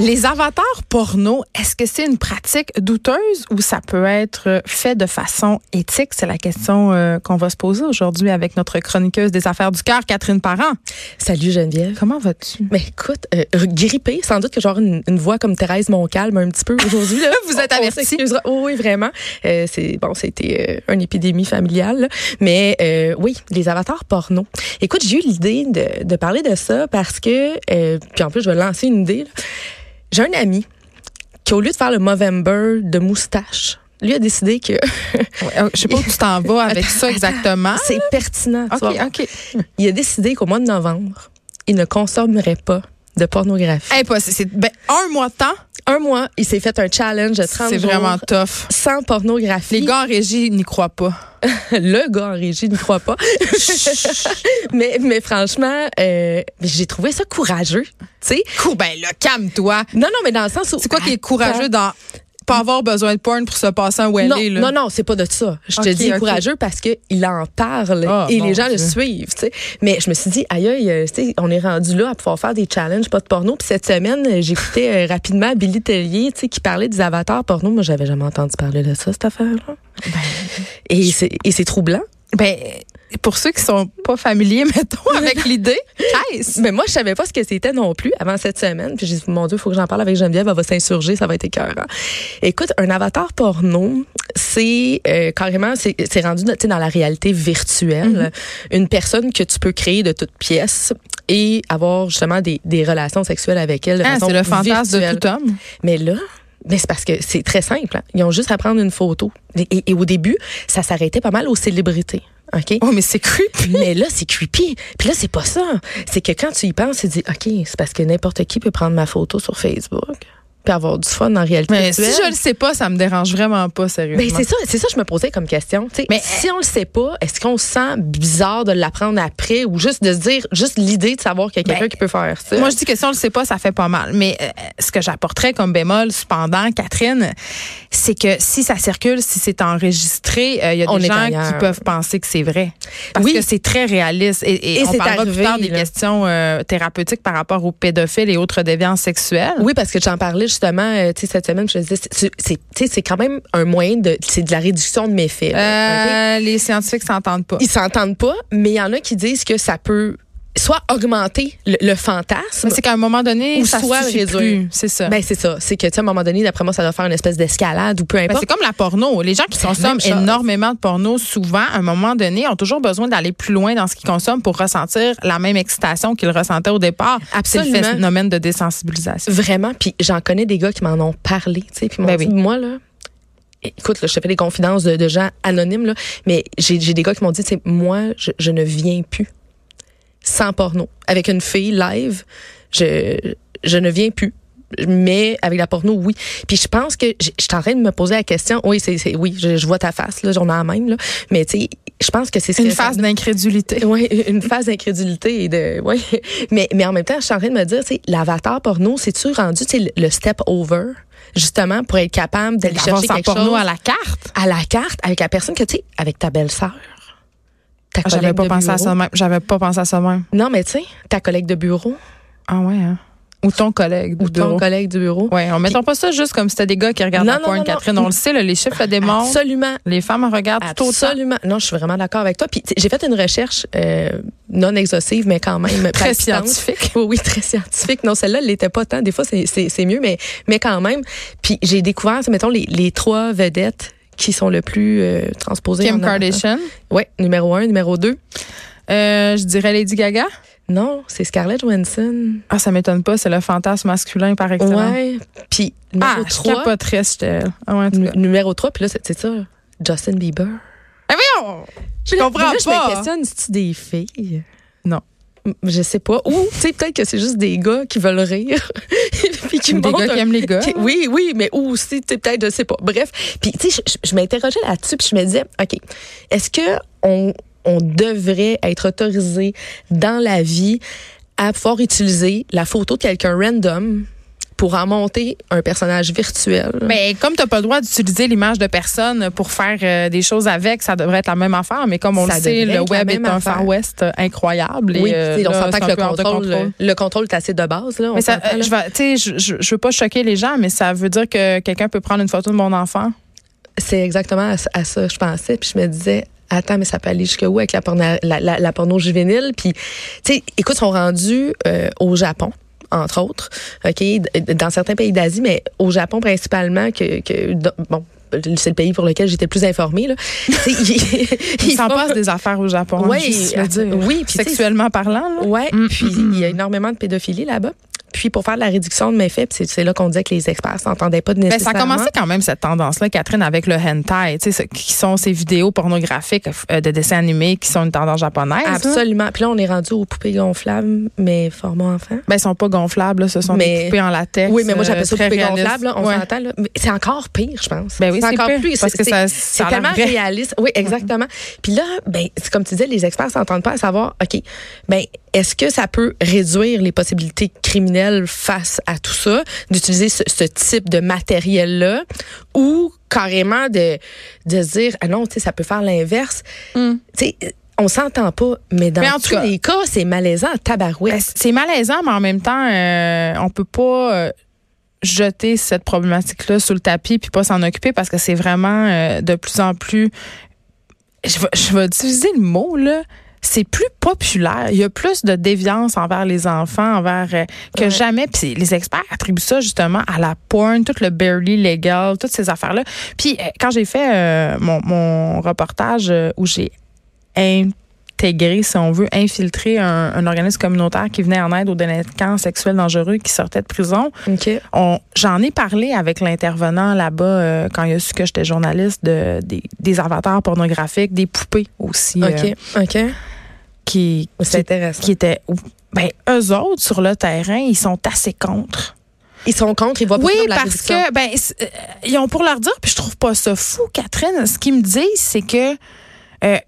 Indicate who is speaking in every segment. Speaker 1: Les avatars porno, est-ce que c'est une pratique douteuse ou ça peut être fait de façon éthique? C'est la question euh, qu'on va se poser aujourd'hui avec notre chroniqueuse des affaires du cœur, Catherine Parent.
Speaker 2: Salut Geneviève.
Speaker 1: Comment vas-tu?
Speaker 2: Mais écoute, euh, grippée, sans doute que j'aurai une, une voix comme Thérèse Moncalme un petit peu aujourd'hui. là.
Speaker 1: Vous êtes
Speaker 2: On- on
Speaker 1: avertis.
Speaker 2: s'excusera. Oh, oui, vraiment. Euh, c'est bon, c'était euh, une épidémie familiale, là. mais euh, oui, les avatars porno. Écoute, j'ai eu l'idée de, de parler de ça parce que, euh, puis en plus, je vais lancer une idée. là. J'ai un ami qui, au lieu de faire le Movember de moustache, lui a décidé que
Speaker 1: Euh, Je sais pas où tu t'en vas avec ça exactement.
Speaker 2: c'est pertinent. tu
Speaker 1: Ah! OK, ah.
Speaker 2: vas voir.
Speaker 1: OK.
Speaker 2: Il a décidé qu'au mois de novembre, il ne consommerait pas de pornographie.
Speaker 1: Impossible. C'est- Ben, un mois de temps,
Speaker 2: un mois, il s'est fait un challenge de 30
Speaker 1: c'est
Speaker 2: jours
Speaker 1: vraiment tough.
Speaker 2: sans pornographie.
Speaker 1: Les gars en régie n'y croient pas.
Speaker 2: le gars en régie ne croit pas. mais, mais franchement, euh, j'ai trouvé ça courageux. Tu sais?
Speaker 1: Cou- ben là, calme-toi.
Speaker 2: Non, non, mais dans le sens où.
Speaker 1: C'est quoi qui est courageux dans pas avoir besoin de porn pour se passer un
Speaker 2: non,
Speaker 1: wellé, là?
Speaker 2: non, non, c'est pas de ça. Je
Speaker 1: Ok,
Speaker 2: te dis
Speaker 1: ok.
Speaker 2: courageux parce qu'il en parle
Speaker 1: Ah,
Speaker 2: et
Speaker 1: mon
Speaker 2: les gens le
Speaker 1: Dieu.
Speaker 2: suivent. tu sais. Mais je me suis dit, aïe, aïe, euh, tu sais, on est rendu là à pouvoir faire des challenges, pas de porno. Puis cette semaine, euh, j'écoutais euh, rapidement Billy Tellier tu sais, qui parlait des avatars porno. Moi, j'avais jamais entendu parler de ça, cette affaire-là. Et c'est et c'est troublant.
Speaker 1: Ben, pour ceux qui sont pas familiers, mettons, avec l'idée, qu'est-ce?
Speaker 2: Mais Ben, moi, je savais pas ce que c'était non plus avant cette semaine. Puis j'ai dit, mon Dieu, il faut que j'en parle avec Geneviève, elle va s'insurger, ça va être écœurant. Écoute, un avatar porno, c'est euh, carrément, c'est c'est rendu tu sais, dans la réalité virtuelle.
Speaker 1: Mm-hmm.
Speaker 2: Une personne que tu peux créer de toutes pièces et avoir justement des, des relations sexuelles avec elle de
Speaker 1: Ah,
Speaker 2: façon
Speaker 1: c'est le fantasme
Speaker 2: virtuelle.
Speaker 1: de tout homme.
Speaker 2: Mais là, ben c'est parce que c'est très simple. hein. Ils ont juste à prendre une photo. Et, et- et au début, ça s'arrêtait pas mal aux célébrités. OK?
Speaker 1: Oh, mais c'est creepy.
Speaker 2: Mais là, c'est creepy. Puis là, c'est pas ça. C'est que quand tu y penses, tu te dis, OK, c'est parce que n'importe qui peut prendre ma photo sur Facebook puis avoir du fun en réalité
Speaker 1: Mais si
Speaker 2: virtuelle.
Speaker 1: je le sais pas, ça me dérange vraiment pas,
Speaker 2: Ben,
Speaker 1: sérieusement.
Speaker 2: c'est ça, c'est ça que je me posais comme question. tu sais.
Speaker 1: Mais- euh,
Speaker 2: si on le sait pas, est-ce qu'on se sent bizarre de l'apprendre après ou juste de se dire, juste l'idée de savoir qu'il y a quelqu'un
Speaker 1: Ben,
Speaker 2: qui peut faire ça?
Speaker 1: Moi, je dis que si on le sait pas, ça fait pas mal. Mais euh, ce que j'apporterais comme bémol, cependant, Catherine, c'est que si ça circule, si c'est enregistré, euh, il y a
Speaker 2: On
Speaker 1: des
Speaker 2: est
Speaker 1: gens
Speaker 2: ailleurs.
Speaker 1: qui peuvent penser que c'est vrai. Parce
Speaker 2: Oui.
Speaker 1: que c'est très réaliste. Et, et
Speaker 2: Et
Speaker 1: on
Speaker 2: c'est
Speaker 1: parlera
Speaker 2: arrivé,
Speaker 1: plus tard des
Speaker 2: là.
Speaker 1: questions euh, thérapeutiques par rapport aux pédophiles et autres déviants sexuels.
Speaker 2: Oui, parce que j'en parlais justement euh, tu sais, cette semaine. Je disais, c'est- c'est tu sais, c'est quand même un moyen de, c'est de la réduction de méfaits. là. OK?
Speaker 1: Euh, Les scientifiques s'entendent pas.
Speaker 2: Ils s'entendent pas, mais il y en a qui disent que ça peut soit augmenter le, le fantasme.
Speaker 1: Mais c'est qu'à un moment donné,
Speaker 2: Ou
Speaker 1: ça
Speaker 2: soit
Speaker 1: suffit
Speaker 2: réduire.
Speaker 1: plus. C'est ça.
Speaker 2: Ben, c'est ça. C'est que, tu sais, à un moment donné, d'après moi, ça doit faire une espèce d'escalade ou peu
Speaker 1: Ben,
Speaker 2: importe.
Speaker 1: c'est comme la porno. Les gens qui
Speaker 2: la
Speaker 1: consomment
Speaker 2: même chose.
Speaker 1: énormément de porno, souvent, à un moment donné, ont toujours besoin d'aller plus loin dans ce qu'ils consomment pour ressentir la même excitation qu'ils ressentaient au départ. C'est le
Speaker 2: Absolument.
Speaker 1: phénomène de désensibilisation.
Speaker 2: Vraiment. Puis j'en connais des gars qui m'en ont parlé, tu sais. Puis ils m'ont
Speaker 1: Ben
Speaker 2: dit,
Speaker 1: oui.
Speaker 2: moi, là, écoute, là, je te fais des confidences de, de gens anonymes, là, mais j'ai j'ai des gars qui m'ont dit, tu sais, moi, je, je ne viens plus sans porno. Avec une fille live, je, je ne viens plus. Mais avec la porno, oui. Puis je pense que j- je suis en train de me poser la question. Oui, c'est c'est- oui, je, je vois ta face, là, j'en ai la même, là. Mais tu sais, je pense que c'est ce
Speaker 1: Une
Speaker 2: que ça
Speaker 1: phase d'incrédulité.
Speaker 2: Oui, une phase d'incrédulité et de. Ouais. Mais, mais en même temps, je suis en train de me dire, tu sais, l'avatar porno, c'est-tu rendu tu sais, le step over, justement, pour être capable d'aller
Speaker 1: D'avoir
Speaker 2: chercher
Speaker 1: son
Speaker 2: quelque
Speaker 1: porno
Speaker 2: chose
Speaker 1: à la carte.
Speaker 2: à la carte avec la personne que tu sais, avec ta belle-sœur. ta
Speaker 1: Ah, J'avais
Speaker 2: collègue
Speaker 1: pas
Speaker 2: de
Speaker 1: pensé à
Speaker 2: bureau.
Speaker 1: ça de même. J'avais pas pensé à ça de même.
Speaker 2: Non, mais tu sais, ta collègue de bureau
Speaker 1: Ah ouais, hein. Ou ton collègue.
Speaker 2: ou
Speaker 1: de bureau.
Speaker 2: ton collègue du bureau.
Speaker 1: Ouais, on mettons pas ça juste comme si c'était des gars qui regardent
Speaker 2: Non,
Speaker 1: la
Speaker 2: non,
Speaker 1: porn,
Speaker 2: non, non.
Speaker 1: Catherine. On le sait, là, les chiffres le démontrent.
Speaker 2: Absolument.
Speaker 1: Les femmes en regardent tout autant.
Speaker 2: Absolument. Non, je suis vraiment d'accord avec toi. Puis tu sais, j'ai fait une recherche euh, non exhaustive, mais quand même
Speaker 1: Très
Speaker 2: palpitante.
Speaker 1: scientifique.
Speaker 2: Oh Oui, oui, très scientifique. Non, celle-là, elle l'était pas tant. Des fois, c'est- c'est c'est mieux, mais, mais quand même. Puis j'ai découvert, mettons, les, les trois vedettes qui sont le plus euh, transposées.
Speaker 1: Kim
Speaker 2: en avant.
Speaker 1: Kardashian.
Speaker 2: Ouais, numéro un, numéro deux.
Speaker 1: Euh, je dirais Lady Gaga.
Speaker 2: Non, c'est Scarlett Johansson.
Speaker 1: Ah, ça m'étonne pas, c'est le fantasme masculin par excellence.
Speaker 2: Ouais. Puis
Speaker 1: Ah,
Speaker 2: numéro
Speaker 1: je
Speaker 2: trois.
Speaker 1: capoterais si j'étais elle. Ah ouais, en tout
Speaker 2: nu-
Speaker 1: cas.
Speaker 2: Numéro trois, puis là, c'est c'est ça, Justin Bieber.
Speaker 1: Eh voyons! Je
Speaker 2: Puis là,
Speaker 1: comprends
Speaker 2: là, Je me
Speaker 1: pas.
Speaker 2: questionne, c'est-tu des filles?
Speaker 1: Non.
Speaker 2: M- Je sais pas. Ou, tu sais, peut-être que c'est juste des gars qui veulent rire. puis qui
Speaker 1: Des
Speaker 2: montrent
Speaker 1: gars
Speaker 2: un-
Speaker 1: qui aiment les gars.
Speaker 2: qui- Oui, oui, mais ou aussi, tu sais, peut-être, je sais pas. Bref. Puis, tu sais, je, je- je m'interrogeais là-dessus, puis je me disais, OK, est-ce que on, on devrait être autorisé dans la vie à pouvoir utiliser la photo de quelqu'un random pour en monter un personnage virtuel.
Speaker 1: Mais comme t'as pas le droit d'utiliser l'image de personne pour faire euh, des choses avec, ça devrait être la même affaire. Mais comme on
Speaker 2: Ça
Speaker 1: le sait,
Speaker 2: devrait
Speaker 1: le
Speaker 2: être la
Speaker 1: web est
Speaker 2: même
Speaker 1: un
Speaker 2: affaire.
Speaker 1: Far West euh, incroyable.
Speaker 2: oui,
Speaker 1: et, euh,
Speaker 2: puis on
Speaker 1: là,
Speaker 2: s'entend
Speaker 1: c'est
Speaker 2: que
Speaker 1: un
Speaker 2: le
Speaker 1: peu hors de
Speaker 2: contrôle, le, le contrôle est assez de base. Là, on
Speaker 1: Mais ça,
Speaker 2: s'entend,
Speaker 1: euh,
Speaker 2: là.
Speaker 1: je vais- tu sais, je, je, je veux pas choquer les gens, mais ça veut dire que quelqu'un peut prendre une photo de mon enfant.
Speaker 2: C'est exactement à, à ça que je pensais. Puis je me disais, attends, mais ça peut aller jusqu'où avec la porno, la, la- la porno juvénile? Puis, tu sais, écoute, ils sont rendus euh, au Japon entre autres, ok, d- dans certains pays d'Asie, mais au Japon principalement, que, que dans- bon, c'est le pays pour lequel j'étais plus informée là. Tu sais, ils,
Speaker 1: Il
Speaker 2: ils
Speaker 1: s'en
Speaker 2: font-
Speaker 1: passe des affaires au Japon. hein,
Speaker 2: Ouais, ah,
Speaker 1: juste se le dire.
Speaker 2: oui, puis tu sais,
Speaker 1: Sexuellement Mm, parlant, là.
Speaker 2: Ouais, puis il y a énormément de pédophilie là-bas. Puis pour faire de la réduction de méfaits, puis c'est- c'est là qu'on disait que les experts s'entendaient pas de
Speaker 1: Mais Ben, ça
Speaker 2: nécessairement.
Speaker 1: a commencé quand même cette tendance-là, Catherine, avec le hentai, tu sais, ce- qui sont ces vidéos pornographiques euh, de dessins animés qui sont une tendance japonaise. hein. là.
Speaker 2: Absolument. Puis là, on est rendu aux poupées gonflables, mais format enfant.
Speaker 1: Ben, ils sont pas gonflables, là, ce sont
Speaker 2: Mais-
Speaker 1: des poupées en latex.
Speaker 2: Oui, mais moi, j'appelle ça
Speaker 1: euh, très
Speaker 2: poupée
Speaker 1: réaliste.
Speaker 2: gonflable. là, on
Speaker 1: Ouais.
Speaker 2: s'entend. là. Mais C'est encore pire, je pense.
Speaker 1: Ben oui, c'est
Speaker 2: encore
Speaker 1: pire,
Speaker 2: plus.
Speaker 1: parce
Speaker 2: c'est-
Speaker 1: que ça-
Speaker 2: c'est-
Speaker 1: ça a l'air
Speaker 2: C'est tellement
Speaker 1: vrai. Mm-hmm.
Speaker 2: réaliste. Oui, exactement. Puis là, ben, c'est comme tu disais, les experts s'entendent pas à savoir, OK, ben, est-ce que ça peut réduire les possibilités criminelles face à tout ça, d'utiliser ce, ce type de matériel-là, ou carrément de, de se dire, ah non, tu sais, ça peut faire l'inverse. Tu sais, on s'entend pas, mais dans
Speaker 1: Mm. Mais en tout
Speaker 2: tous
Speaker 1: cas-
Speaker 2: les cas, c'est malaisant,
Speaker 1: Ben,
Speaker 2: tabarouette.
Speaker 1: c'est c'est malaisant, mais en même temps, euh, on peut pas euh, jeter cette problématique-là sous le tapis puis pas s'en occuper parce que c'est vraiment euh, de plus en plus. Je vais, je vais utiliser le mot là. C'est plus populaire. Il y a plus de déviance envers les enfants, envers euh, que
Speaker 2: Ouais.
Speaker 1: jamais. Puis les experts attribuent ça justement à la porn, tout le barely legal, toutes ces affaires-là. Puis euh, quand j'ai fait euh, mon, mon reportage euh, où j'ai intégré, si on veut, infiltrer un, un organisme communautaire qui venait en aide aux délinquants sexuels dangereux qui sortaient de prison.
Speaker 2: OK.
Speaker 1: On- J'en ai parlé avec l'intervenant là-bas euh, quand il a su que j'étais journaliste de, des, des avatars pornographiques, des poupées aussi, euh,
Speaker 2: OK. OK.
Speaker 1: qui,
Speaker 2: C'est
Speaker 1: qui,
Speaker 2: intéressant.
Speaker 1: qui étaient... Ben, eux autres, sur le terrain, ils sont assez contre.
Speaker 2: Ils sont contre, ils voient pas
Speaker 1: Oui,
Speaker 2: ça comme la
Speaker 1: parce
Speaker 2: réduction.
Speaker 1: que ben c'est- euh, ils ont pour leur dire, puis je trouve pas ça fou, Catherine. Ce qu'ils me disent, c'est que euh,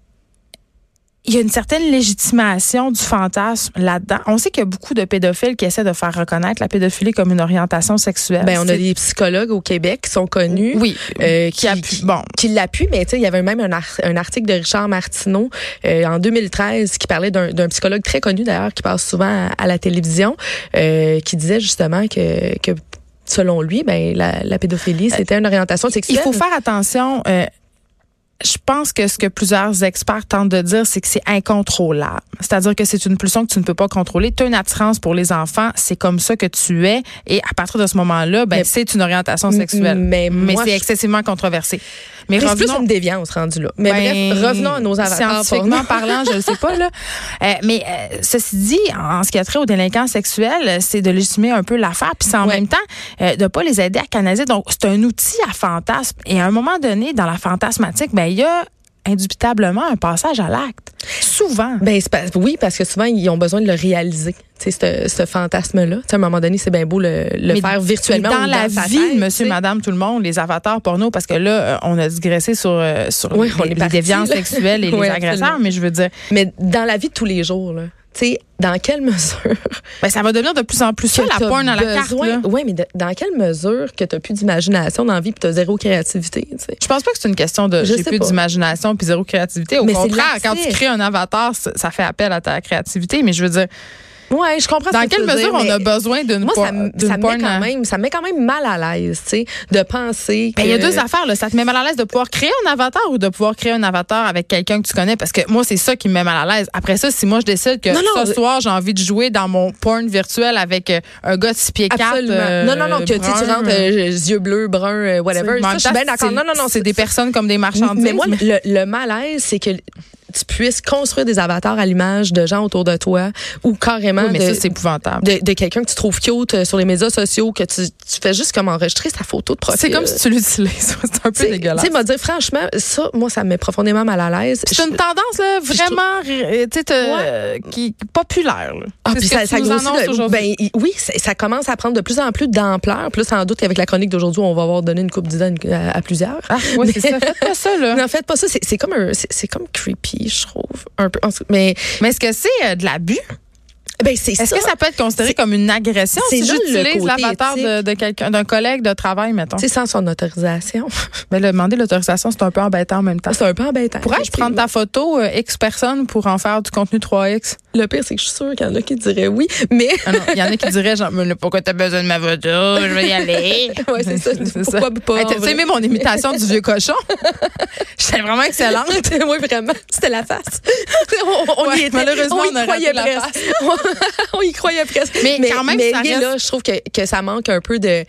Speaker 1: il y a une certaine légitimation du fantasme là-dedans. On sait qu'il y a beaucoup de pédophiles qui essaient de faire reconnaître la pédophilie comme une orientation sexuelle.
Speaker 2: Ben, on a
Speaker 1: C'est-
Speaker 2: des psychologues au Québec qui sont connus.
Speaker 1: oui,
Speaker 2: euh,
Speaker 1: qui appuient. Bon,
Speaker 2: qui l'appuient, mais tu sais, il y avait même un, ar- un article de Richard Martineau euh, en 2013 qui parlait d'un d'un psychologue très connu d'ailleurs qui passe souvent à, à la télévision, euh, qui disait justement que, que selon lui, ben la, la pédophilie c'était une orientation sexuelle.
Speaker 1: Euh, il faut faire attention. euh, je pense que ce que plusieurs experts tentent de dire, c'est que c'est incontrôlable. C'est-à-dire que c'est une pulsion que tu ne peux pas contrôler. Tu as une attirance pour les enfants, c'est comme ça que tu es. Et à partir de ce moment-là, ben,
Speaker 2: Mais-
Speaker 1: c'est une orientation sexuelle.
Speaker 2: Mais
Speaker 1: Mais
Speaker 2: moi,
Speaker 1: c'est
Speaker 2: je-
Speaker 1: excessivement controversé. Mais
Speaker 2: c'est plus
Speaker 1: revenons,
Speaker 2: une déviance rendue là. Mais
Speaker 1: ben,
Speaker 2: bref, revenons à nos avatars.
Speaker 1: Scientifiquement
Speaker 2: porno.
Speaker 1: parlant, je ne sais pas. Là. Euh, mais euh, ceci dit, en en ce qui a trait aux délinquants sexuels, euh, c'est de légitimer un peu l'affaire, puis c'est en
Speaker 2: Ouais.
Speaker 1: même temps euh, de ne pas les aider à canaliser. Donc, c'est un outil à fantasme. Et à un moment donné, dans la fantasmatique, ben, il y a indubitablement un passage à l'acte. Souvent.
Speaker 2: Ben, c'est pas- oui, parce que souvent, ils ont besoin de le réaliser, tu sais, ce, ce fantasme-là. Tu sais, à un moment donné, c'est bien beau le, le
Speaker 1: Mais-
Speaker 2: faire virtuellement.
Speaker 1: mais
Speaker 2: ou
Speaker 1: dans la
Speaker 2: sa
Speaker 1: vie,
Speaker 2: tête,
Speaker 1: de
Speaker 2: tu sais.
Speaker 1: monsieur, madame, tout le monde, les avatars porno, parce que là, euh, on a digressé sur, euh, sur
Speaker 2: Oui, on
Speaker 1: les,
Speaker 2: est
Speaker 1: les
Speaker 2: parti,
Speaker 1: déviances
Speaker 2: là.
Speaker 1: sexuelles et
Speaker 2: Oui,
Speaker 1: les agresseurs,
Speaker 2: absolument.
Speaker 1: mais je veux dire,
Speaker 2: Mais dans la vie de tous les jours, là, tu sais, dans quelle mesure
Speaker 1: ben, ça va devenir de plus en plus ça, la porn dans la carte. là.
Speaker 2: Oui, mais de- dans quelle mesure que t'as plus d'imagination dans la vie puis t'as zéro créativité, tu sais?
Speaker 1: Je pense pas que c'est une question de
Speaker 2: Je
Speaker 1: j'ai
Speaker 2: sais
Speaker 1: plus
Speaker 2: pas.
Speaker 1: d'imagination puis zéro créativité. Au
Speaker 2: Mais c'est
Speaker 1: contraire, quand tu
Speaker 2: l'accès.
Speaker 1: crées un avatar, ça ça fait appel à ta créativité. Mais je veux dire,
Speaker 2: Ouais, je comprends. ce
Speaker 1: dans
Speaker 2: que tu
Speaker 1: quelle
Speaker 2: veux
Speaker 1: mesure
Speaker 2: dire,
Speaker 1: on a
Speaker 2: mais
Speaker 1: besoin d'une
Speaker 2: Moi,
Speaker 1: por-
Speaker 2: ça, me-
Speaker 1: d'une
Speaker 2: ça me
Speaker 1: porn
Speaker 2: met quand
Speaker 1: à-
Speaker 2: même, ça me met quand même mal à l'aise, tu sais, de penser.
Speaker 1: Ben, Il y a
Speaker 2: que-
Speaker 1: deux affaires. Là. Ça te met mal à l'aise de pouvoir créer un avatar ou de pouvoir créer un avatar avec quelqu'un que tu connais. Parce que moi, c'est ça qui me met mal à l'aise. Après ça, si moi, je décide que
Speaker 2: Non, non,
Speaker 1: ce
Speaker 2: euh,
Speaker 1: soir, j'ai envie de jouer dans mon porn virtuel avec euh, un gars de 6 pieds euh, 4.
Speaker 2: Absolument. non, non, non, que tu sais, tu rentres euh, yeux bleus, bruns, euh, whatever. Ça, je suis bien d'accord. Non, non, non,
Speaker 1: C'est des personnes comme des marchandises.
Speaker 2: Mais moi, le, le malaise, c'est que tu puisses construire des avatars à l'image de gens autour de toi ou carrément
Speaker 1: Oui, mais
Speaker 2: de,
Speaker 1: ça, c'est épouvantable.
Speaker 2: de, de quelqu'un que tu trouves cute euh, sur les médias sociaux, que tu, tu fais juste comme enregistrer sa photo de profil.
Speaker 1: C'est comme si tu l'utilises. C'est un
Speaker 2: Tu
Speaker 1: peu
Speaker 2: sais,
Speaker 1: dégueulasse.
Speaker 2: Tu sais, m'a dire franchement, ça, moi, ça me met profondément mal à l'aise.
Speaker 1: C'est une
Speaker 2: Je-
Speaker 1: tendance là,
Speaker 2: je trouve-
Speaker 1: vraiment euh, tu sais, te-
Speaker 2: Ouais.
Speaker 1: euh, qui populaire. là.
Speaker 2: Ah,
Speaker 1: C'est
Speaker 2: puis
Speaker 1: ce que
Speaker 2: ça,
Speaker 1: tu
Speaker 2: ça
Speaker 1: nous
Speaker 2: grossit
Speaker 1: annonces
Speaker 2: de-
Speaker 1: aujourd'hui.
Speaker 2: ben, il- oui, ça, ça commence à prendre de plus en plus d'ampleur. Plus sans doute qu'avec la chronique d'aujourd'hui, on va avoir donné une coupe d'idées à une- à, à plusieurs.
Speaker 1: Ah, ouais, c'est ça. Faites pas ça, là.
Speaker 2: En fait, pas ça. C'est c'est comme un, c'est c'est comme creepy, je trouve. Un peu. En tout cas, Mais
Speaker 1: Mais est-ce que c'est euh, de l'abus?
Speaker 2: Ben, c'est
Speaker 1: Est-ce que ça peut être considéré
Speaker 2: C'est-
Speaker 1: comme une agression si
Speaker 2: c'est là le
Speaker 1: j'utilise
Speaker 2: côté
Speaker 1: l'avatar de, de quelqu'un, d'un collègue de travail, mettons?
Speaker 2: C'est sans son autorisation.
Speaker 1: Mais le demander l'autorisation, c'est un peu embêtant en même temps.
Speaker 2: C'est un peu embêtant.
Speaker 1: Pourrais-je prendre ta photo euh, X personne pour en faire du contenu 3X?
Speaker 2: Le pire, c'est que je suis sûre qu'il y en a qui diraient oui, mais
Speaker 1: Ah non, Il y en a qui diraient, genre, Mais là, pourquoi t'as besoin de ma photo? Je vais y aller.
Speaker 2: Ouais, c'est ça.
Speaker 1: C'est ça.
Speaker 2: Pourquoi pas?
Speaker 1: Hey, T'as-tu aimé mon imitation du vieux cochon? J'étais vraiment excellente.
Speaker 2: oui, vraiment. C'était la face. on, on
Speaker 1: Ouais,
Speaker 2: y était.
Speaker 1: malheureusement,
Speaker 2: on y
Speaker 1: on a
Speaker 2: croyait
Speaker 1: raté la
Speaker 2: presque. on y croyait presque.
Speaker 1: Mais quand même, ça
Speaker 2: il est
Speaker 1: reste-
Speaker 2: là, je trouve que, que ça manque un peu de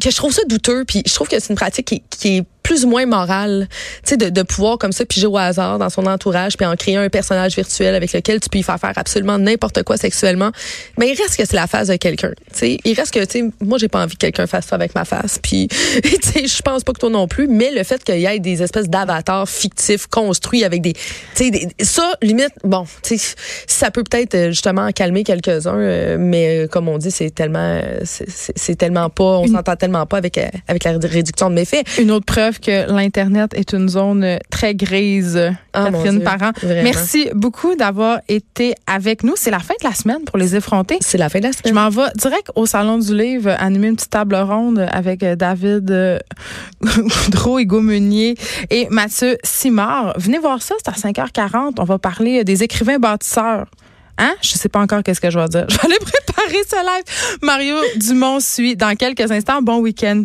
Speaker 2: que je trouve ça douteux puis je trouve que c'est une pratique qui, qui est plus ou moins morale tu sais de, de pouvoir comme ça piger au hasard dans son entourage puis en créer un personnage virtuel avec lequel tu peux y faire faire absolument n'importe quoi sexuellement mais il reste que c'est la face de quelqu'un tu sais il reste que tu sais moi j'ai pas envie que quelqu'un fasse ça avec ma face puis tu sais je pense pas que toi non plus mais le fait qu'il y ait des espèces d'avatars fictifs construits avec des tu sais des- ça limite bon tu sais ça peut peut-être euh, justement en calmer quelques-uns euh, mais euh, comme on dit c'est tellement euh, c'est- c'est c'est tellement pas on s'entend tellement pas avec euh, avec la réduction de méfaits
Speaker 1: Une autre preuve que l'Internet est une zone euh, très grise,
Speaker 2: Ah, mon
Speaker 1: Catherine
Speaker 2: Dieu,
Speaker 1: Parent.
Speaker 2: vraiment.
Speaker 1: Merci beaucoup d'avoir été avec nous. C'est la fin de la semaine pour les effrontés.
Speaker 2: c'est la fin de la semaine
Speaker 1: Je m'en vais direct au Salon du Livre, euh, animer une petite table ronde avec euh, David euh, Goudreau et Meunier et Mathieu Simard. Venez voir ça, c'est à 5h40. On va parler euh, des écrivains bâtisseurs. Hein? Je sais pas encore qu'est-ce que je vais dire. Je vais aller préparer ce live. Mario Dumont suit dans quelques instants. Bon week-end.